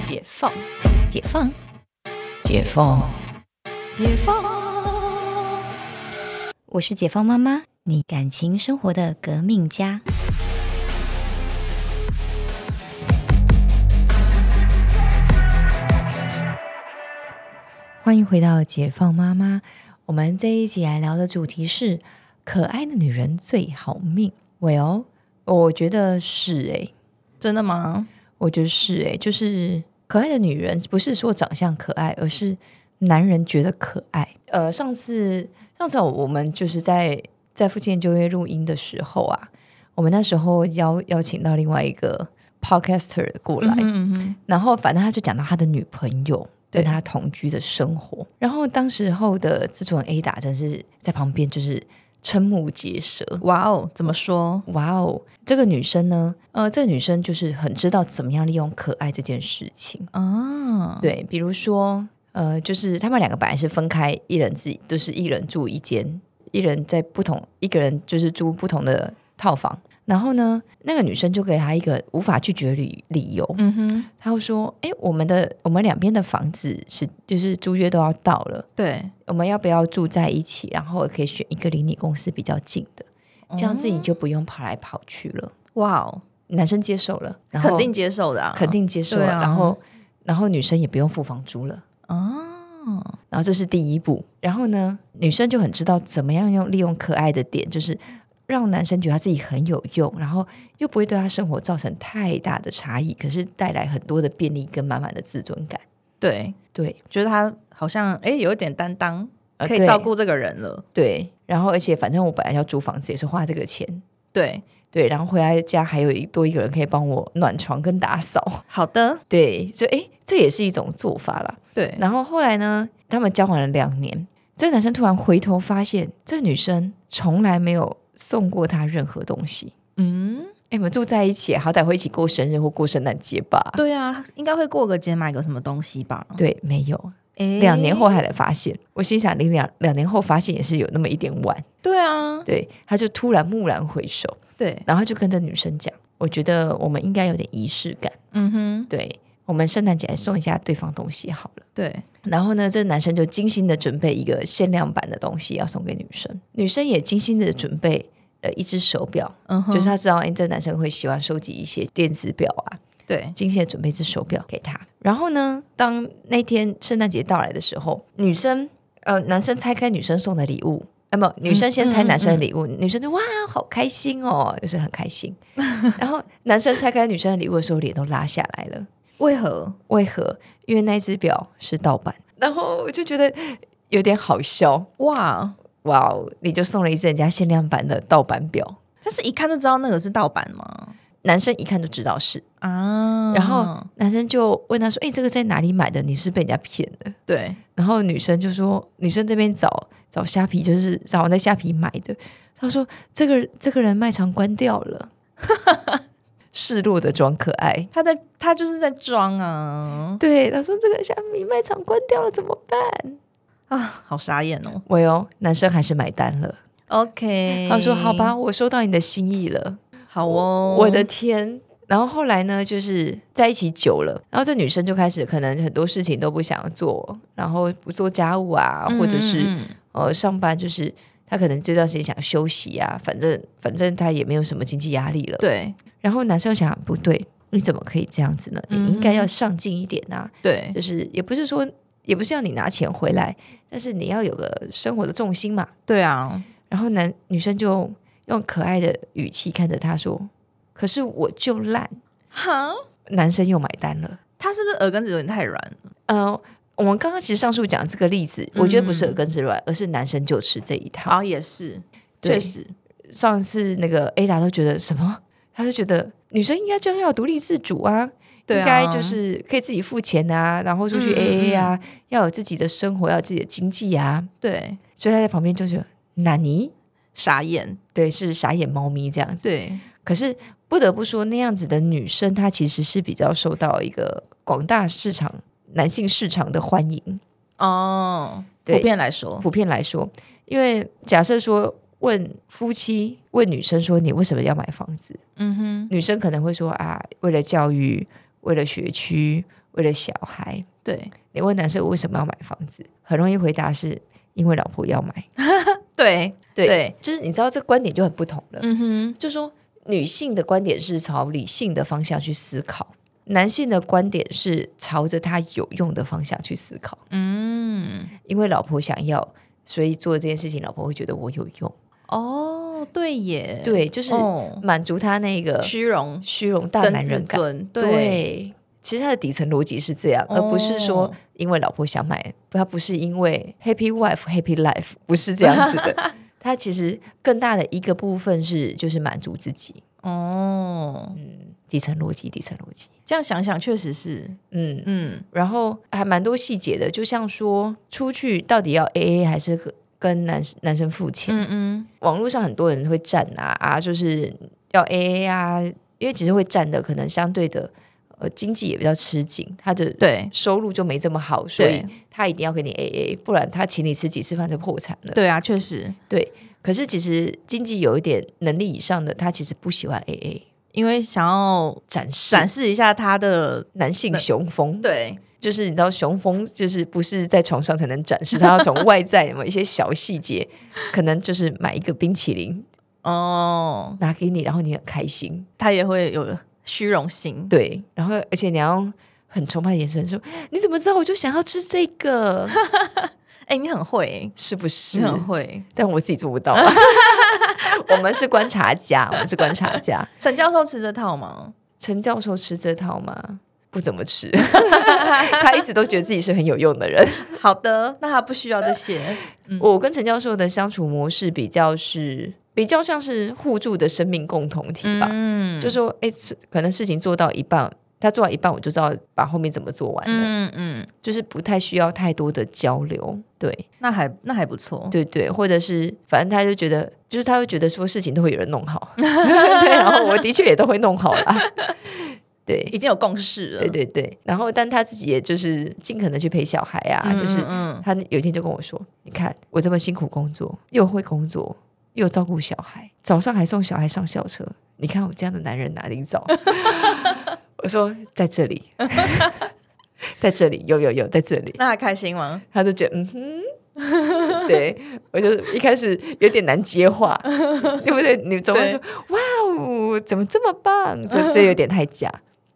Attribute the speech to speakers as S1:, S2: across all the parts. S1: 解放，解放，解放，解放。
S2: 我是解放妈妈，你感情生活的革命家。
S1: 欢迎回到解放妈妈，我们这一集来聊的主题是可爱的女人最好命。喂哦，我觉得是欸诶、
S3: 真的吗？
S1: 我觉得是诶、就是可爱的女人不是说长相可爱，而是男人觉得可爱。呃，上次上次我们就是在在附近就业录音的时候啊，我们那时候邀邀请到另外一个 podcaster 过来，
S3: 嗯嗯
S1: 然后反正他就讲到他的女朋友跟
S3: 对
S1: 他同居的生活，然后当时候的制作人 A 打真是在旁边就是瞠目结舌。
S3: 哇哦，怎么说？
S1: 哇哦，这个女生呢，呃，这个女生就是很知道怎么样利用可爱这件事情。
S3: 啊，
S1: 对，比如说，呃，就是他们两个本来是分开，一人自己都、是一人住一间，一人在不同，一个人就是住不同的套房。然后呢，那个女生就给他一个无法拒绝的理理由，
S3: 嗯哼，
S1: 他会说：“哎，我们的我们两边的房子是就是租约都要到了，
S3: 对，
S1: 我们要不要住在一起？然后我可以选一个离你公司比较近的，这样子你就不用跑来跑去了。
S3: 哇哦，
S1: 男生接受了，然后
S3: 肯定接受的、啊，
S1: 肯定接受了，
S3: 对啊
S1: 然后然后女生也不用付房租了。
S3: 啊，
S1: 然后这是第一步。然后呢，女生就很知道怎么样用利用可爱的点，就是让男生觉得他自己很有用，然后又不会对他生活造成太大的差异，可是带来很多的便利跟满满的自尊感。
S3: 对，
S1: 对。
S3: 觉得他好像哎有一点担当，
S1: 呃
S3: 可以
S1: 对
S3: 照顾这个人了。
S1: 对，然后而且反正我本来要租房子也是花这个钱，
S3: 对，
S1: 对，然后回来家还有一多一个人可以帮我暖床跟打扫，
S3: 好的，
S1: 对，就诶，这也是一种做法啦。
S3: 对，
S1: 然后后来呢，他们交往了两年，这个男生突然回头发现，这个女生从来没有送过他任何东西。
S3: 嗯，
S1: 哎，你们住在一起，好歹会一起过生日或过圣诞节吧？
S3: 对啊，应该会过个节买个什么东西吧？
S1: 对，没有。
S3: 哎
S1: 两年后，还来发现，我心想，你两两年后发现也是有那么一点晚。
S3: 对啊，
S1: 对，他就突然蓦然回首，
S3: 对，
S1: 然后就跟这女生讲，我觉得我们应该有点仪式感，
S3: 嗯哼，
S1: 对我们圣诞节来送一下对方东西好了。
S3: 对，
S1: 然后呢，这个男生就精心的准备一个限量版的东西要送给女生，女生也精心的准备呃一只手表，
S3: 嗯哼，
S1: 就是她知道哎这个男生会喜欢收集一些电子表啊，
S3: 对，
S1: 精心的准备一只手表给他。然后呢，当那天圣诞节到来的时候，女生呃男生拆开女生送的礼物。那么女生先拆男生的礼物，女生就哇好开心哦，就是很开心。然后男生拆开女生的礼物的时候，脸都拉下来了。
S3: 为何？
S1: 为何？因为那只表是盗版。然后我就觉得有点好笑。
S3: 哇，
S1: 哇哦，你就送了一只人家限量版的盗版表，
S3: 但是一看就知道那个是盗版吗？
S1: 男生一看就知道是。
S3: 啊，
S1: 然后男生就问他说：“哎、这个在哪里买的？你是不是被人家骗的
S3: 对，？”
S1: 然后女生就说：“女生这边找找虾皮，就是找在虾皮买的。”他说：“这个这个人卖场关掉了。” 示弱的装可爱。
S3: 他在他就是在装啊
S1: 对，他说：“这个虾皮卖场关掉了，怎么办
S3: 啊，好傻眼哦。？”
S1: 喂哦，男生还是买单了。
S3: OK，
S1: 他说：“好吧，，我收到你的心意了。
S3: 好哦，
S1: 我的天！然后后来呢，就是在一起久了，然后这女生就开始可能很多事情都不想做，然后不做家务啊，
S3: 嗯
S1: 或者是、
S3: 嗯嗯
S1: 呃上班，就是她可能这段时间想休息啊，反正反正她也没有什么经济压力了。
S3: 对
S1: 然后男生想，不对，你怎么可以这样子呢？你
S3: 嗯
S1: 应该要上进一点啊，
S3: 对
S1: 就是也不是说也不是要你拿钱回来，但是你要有个生活的重心嘛。
S3: 对啊，
S1: 然后男女生就用可爱的语气看着他说：“可是我就烂。
S3: 哈，”
S1: 男生又买单了。
S3: 他是不是耳根子有点太软？
S1: 嗯、我们刚刚其实上述讲这个例子，
S3: 嗯
S1: 我觉得不是耳根子软，而是男生就吃这一套。
S3: 好，也是，
S1: 对
S3: 确实，
S1: 上次那个 A 达都觉得什么，他就觉得女生应该就要独立自主啊。
S3: 对
S1: 应
S3: 啊
S1: 该就是可以自己付钱啊，然后出去
S3: 嗯嗯
S1: AA 啊，要有自己的生活，要有自己的经济啊。
S3: 对，
S1: 所以他在旁边就觉得，纳尼，
S3: 傻眼，
S1: 对，是傻眼猫咪这样子。
S3: 对
S1: 可是不得不说，那样子的女生，她其实是比较受到一个广大市场男性市场的欢迎。
S3: 哦，
S1: 对
S3: 普遍来说，
S1: 普遍来说，因为假设说问夫妻问女生说你为什么要买房子，
S3: 嗯哼，
S1: 女生可能会说啊，为了教育，为了学区，为了小孩。
S3: 对
S1: 你问男生我为什么要买房子，很容易回答是因为老婆要买。
S3: 对对
S1: 就是你知道这观点就很不同了。
S3: 嗯哼，
S1: 就说女性的观点是朝理性的方向去思考，男性的观点是朝着他有用的方向去思考。
S3: 嗯，
S1: 因为老婆想要，所以做这件事情，老婆会觉得我有用。
S3: 哦，对耶，，
S1: 对，就是
S3: 哦
S1: 满足他那个
S3: 虚荣
S1: 虚荣大
S3: 跟
S1: 男
S3: 自
S1: 人感。
S3: 尊，
S1: 对。
S3: 对，
S1: 其实他的底层逻辑是这样，而不是说
S3: 哦
S1: 因为老婆想买，他不是因为 happy wife happy life，不是这样子 的。他其实更大的一个部分是，就是满足自己，
S3: 哦，
S1: 底层逻辑，底层逻辑。
S3: 这样想想确实是，
S1: 嗯，
S3: 嗯，
S1: 然后还蛮多细节的，就像说出去到底要 A A 还是跟跟男男生付钱？
S3: 嗯嗯，
S1: 网络上很多人会站啊啊，就是要 A A 啊，因为其实会站的可能相对的呃经济也比较吃紧，他的
S3: 对
S1: 收入就没这么好，所以
S3: 对
S1: 他一定要跟你 A A，不然他请你吃几次饭就破产了。
S3: 对啊，确实，
S1: 对可是其实经济有一点能力以上的，他其实不喜欢 A A，
S3: 因为想要
S1: 展示
S3: 展示一下他的，
S1: 男性雄风。
S3: 对，
S1: 就是你知道，雄风就是不是在床上才能展示，他要从外在有没有一些小细节，可能就是买一个冰淇淋
S3: 哦，
S1: 拿给你，然后你很开心，
S3: 他也会有虚荣心，
S1: 对，然后而且你要用很崇拜的眼神说，你怎么知道我就想要吃这个，
S3: 哎，你很会耶，
S1: 是不是
S3: 你？很会，
S1: 但我自己做不到、啊。 我们是观察家，我们是观察家。
S3: 陈教授吃这套吗？
S1: 陈教授吃这套吗？不怎么吃， 他一直都觉得自己是很有用的人。
S3: 好的，那他不需要这些，
S1: 我跟陈教授的相处模式比较是比较像是互助的生命共同体吧，
S3: 嗯
S1: 就说哎，是可能事情做到一半，他做到一半，我就知道把后面怎么做完了，
S3: 嗯嗯，
S1: 就是不太需要太多的交流，对
S3: 那还那还不错，
S1: 对对，或者是反正他就觉得，就是他会觉得说事情都会有人弄 好，对，然后我的确也都会弄好啦，对。
S3: 已经有共识了，
S1: 对对对，然后但他自己也就是尽可能去陪小孩啊，
S3: 嗯，
S1: 就是
S3: 嗯，
S1: 他有一天就跟我说：“你看我这么辛苦工作，又会工作，又照顾小孩，早上还送小孩上校车，你看我这样的男人哪里找？” 我说：“在这里， 在这里，有有有，在这里。
S3: 那他开心 吗？”
S1: 他就觉得嗯哼，对我就一开始有点难接话， 对不对？你总会说：“哇哦，怎么这么棒？”这这有点太假。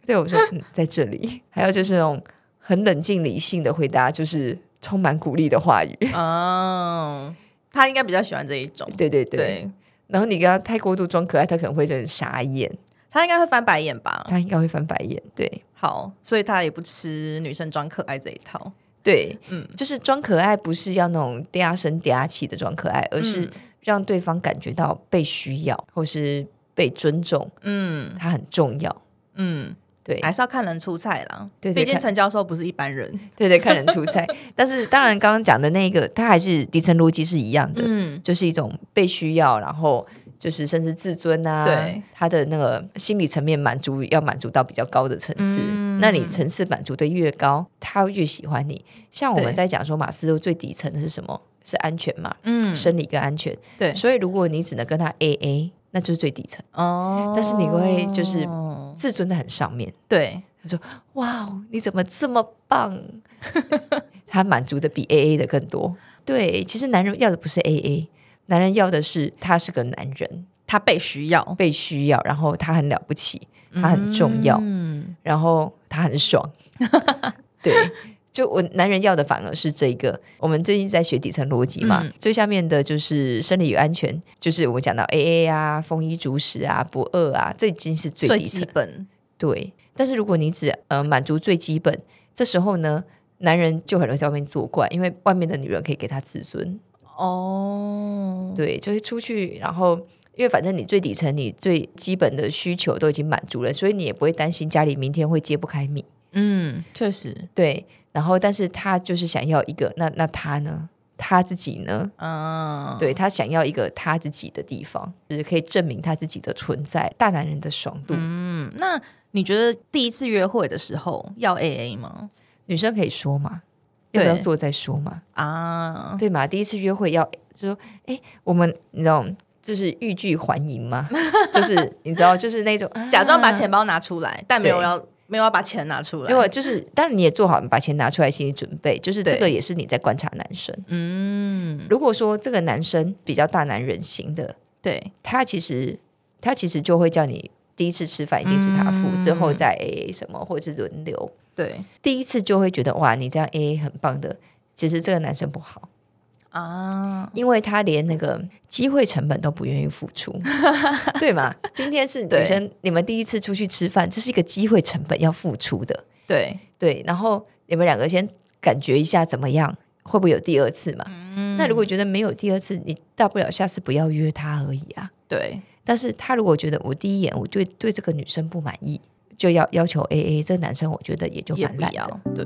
S1: 对我说：“嗯，在这里。”还有就是那种很冷静理性的回答，就是充满鼓励的话语。
S3: 哦，他应该比较喜欢这一种，
S1: 对对
S3: 对
S1: 对，然后你跟他太过度装可爱，他可能会真的傻眼，
S3: 他应该会翻白眼吧？
S1: 他应该会翻白眼。对
S3: 好，所以他也不吃女生装可爱这一套，
S1: 对，
S3: 嗯，
S1: 就是装可爱不是要那种嗲声嗲气的装可爱，而是
S3: 嗯
S1: 让对方感觉到被需要或是被尊重，
S3: 嗯
S1: 它很重要。
S3: 嗯，
S1: 对
S3: 还是要看人出菜啦，
S1: 对对
S3: 毕竟
S1: 看
S3: 陈教授不是一般人，
S1: 对对，看人出彩。 但是当然，刚刚讲的那个，它还是底层逻辑是一样的，
S3: 嗯，
S1: 就是一种被需要，然后。就是甚至自尊啊，
S3: 对
S1: 他的那个心理层面满足要满足到比较高的层次，
S3: 嗯
S1: 那你层次满足的越高，他越喜欢你。像我们
S3: 对
S1: 在讲说马斯洛最底层的是什么？是安全嘛，
S3: 嗯
S1: 生理跟安全。
S3: 对
S1: 所以如果你只能跟他 A A，那就是最底层，
S3: 哦
S1: 但是你会就是自尊在很上面。
S3: 对，
S1: 哇哦，你怎么这么棒？ 他满足的比 A A 的更多。对，其实男人要的不是 A A，男人要的是他是个男人，
S3: 他被需要，
S1: 被需要，然后他很了不起，他很重要，
S3: 嗯，
S1: 然后他很 爽。对，就我男人要的反而是这个。我们最近在学底层逻辑嘛，
S3: 嗯
S1: 最下面的就是生理与安全，就是我们讲到 A A 啊、丰衣足食啊、不饿啊，这已经是最
S3: 最
S1: 底层
S3: 基。本，
S1: 对，但是如果你只呃满足最基本，这时候呢，男人就很容易在外面作怪，因为外面的女人可以给他自尊。
S3: 哦，
S1: 对，就是出去，然后因为反正你最底层，你最基本的需求都已经满足了，所以你也不会担心家里明天会揭不开米。
S3: 嗯，确实，
S1: 对，然后但是他就是想要一个，那那他呢？他自己呢？
S3: 嗯，
S1: 对他想要一个他自己的地方，就是可以证明他自己的存在，大男人的爽度。
S3: 嗯，那你觉得第一次约会的时候要 A A 吗？
S1: 女生可以说嘛？要不要
S3: 对
S1: 做再说嘛？
S3: 啊，
S1: 对嘛？第一次约会要就说，哎，我们你知道，就是欲 拒还迎嘛，就是你知道，就是那种
S3: 啊假装把钱包拿出来，但没有
S1: 对
S3: 要没有要把钱拿出来，
S1: 因为就是，当然你也做好把钱拿出来心理准备，就是这
S3: 对
S1: 个也是你在观察男生。
S3: 嗯，
S1: 如果说这个男生比较大男人型的，
S3: 对，
S1: 他其实他其实就会叫你第一次吃饭一定是他付，之后
S3: 嗯
S1: 再 A A 什么，或者是轮流。
S3: 对
S1: 第一次就会觉得哇，你这样 A A 很棒的，其实这个男生不好，
S3: 啊，
S1: 因为他连那个机会成本都不愿意付 出，对吗？今天是女
S3: 对
S1: 生，你们第一次出去吃饭，这是一个机会成本要付出的。
S3: 对，
S1: 对，然后你们两个先感觉一下怎么样，会不会有第二次嘛？
S3: 嗯
S1: 那如果觉得没有第二次，你大不了下次不要约他而已啊。
S3: 对，
S1: 但是他如果觉得我第一眼我对对这个女生不满意，就要要求 A A，这男生我觉得也就
S3: 也
S1: 蛮
S3: 不
S1: 懒
S3: 要
S1: 的。，
S3: 对，